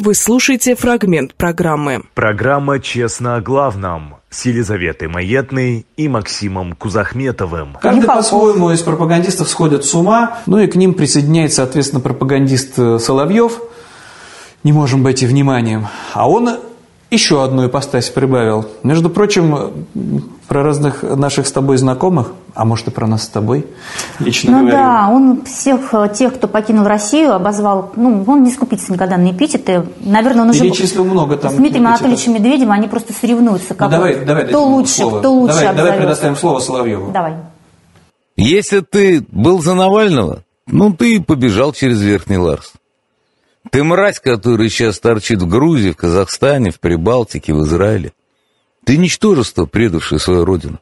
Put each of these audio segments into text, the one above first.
Вы слушаете фрагмент программы. Программа «Честно о главном» с Елизаветой Маетной и Максимом Кузахметовым. Каждый по-своему из пропагандистов сходит с ума, ну и к ним присоединяется, соответственно, пропагандист э, Соловьев. Не можем быть и вниманием. А он еще одну ипостась прибавил. Между прочим, э, про разных наших с тобой знакомых, а может и про нас с тобой, лично Ну говорил. да, он всех э, тех, кто покинул Россию, обозвал, ну, он не скупится никогда на эпитеты. Наверное, он уже... Перечислил много там С Дмитрием эпитетов. Анатольевичем Медведевым они просто соревнуются. Ну, Как давай, вот давай дадим кто ему лучше, слово. кто лучше Давай, давай обзовётся. предоставим слово Соловьеву. Давай. Если ты был за Навального, ну ты и побежал через Верхний Ларс. Ты мразь, который сейчас торчит в Грузии, в Казахстане, в Прибалтике, в Израиле. Ты ничтожество, предавшее свою родину.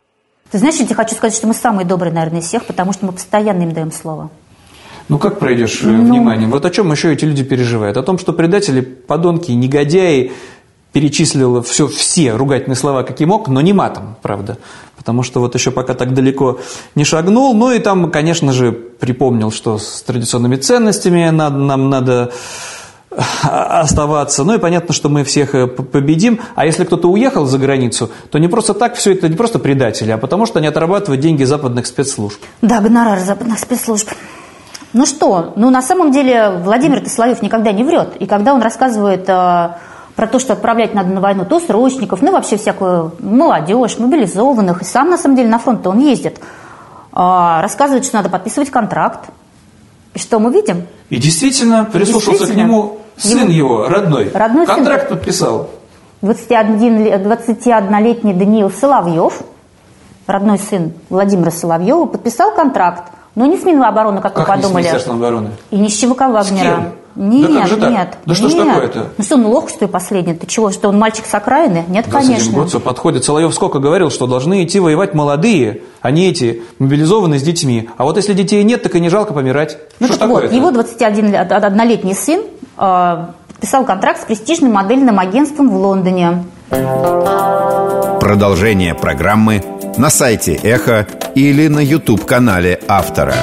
Ты знаешь, я тебе хочу сказать, что мы самые добрые, наверное, из всех, потому что мы постоянно им даем слово. Ну как пройдешь э, вниманием? Вот о чем еще эти люди переживают? О том, что предатели, подонки, негодяи перечислил все, все ругательные слова, какие мог, но не матом, правда. Потому что вот еще пока так далеко не шагнул. Ну и там, конечно же, припомнил, что с традиционными ценностями надо, нам надо оставаться. Ну и понятно, что мы всех э, п- победим. А если кто-то уехал за границу, то не просто так все это, не просто предатели, а потому что они отрабатывают деньги западных спецслужб. Да, гонорар западных спецслужб. Ну что, ну на самом деле Владимир Соловьев никогда не врет. И когда он рассказывает э, про то, что отправлять надо на войну то срочников, ну и вообще всякую молодежь, мобилизованных, и сам на самом деле на фронт он ездит, а, рассказывает, что надо подписывать контракт. И что мы видим? И действительно, прислушался к Действительно. нему сын его, родной. Родной сын. Контракт подписал. 21 ле- 21-летний Даниил Соловьев, родной сын Владимира Соловьева, подписал контракт, но не с Минобороны, как, Как вы не с подумали. Министерством обороны? И ни с чего Вагнера. С кем? Да Нет, как же так? нет. Да что ж нет. такое-то? Ну что, он лох, что и последний? Ты чего, что он мальчик с окраины? Нет, 21 конечно. год все подходит. Соловьев сколько говорил, что должны идти воевать молодые, а не эти мобилизованные с детьми. А вот если детей нет, так и не жалко помирать. Ну что ж так вот, такое-то? его 21-летний сын э, подписал контракт с престижным модельным агентством в Лондоне. Продолжение программы на сайте «Эхо» или на YouTube-канале автора.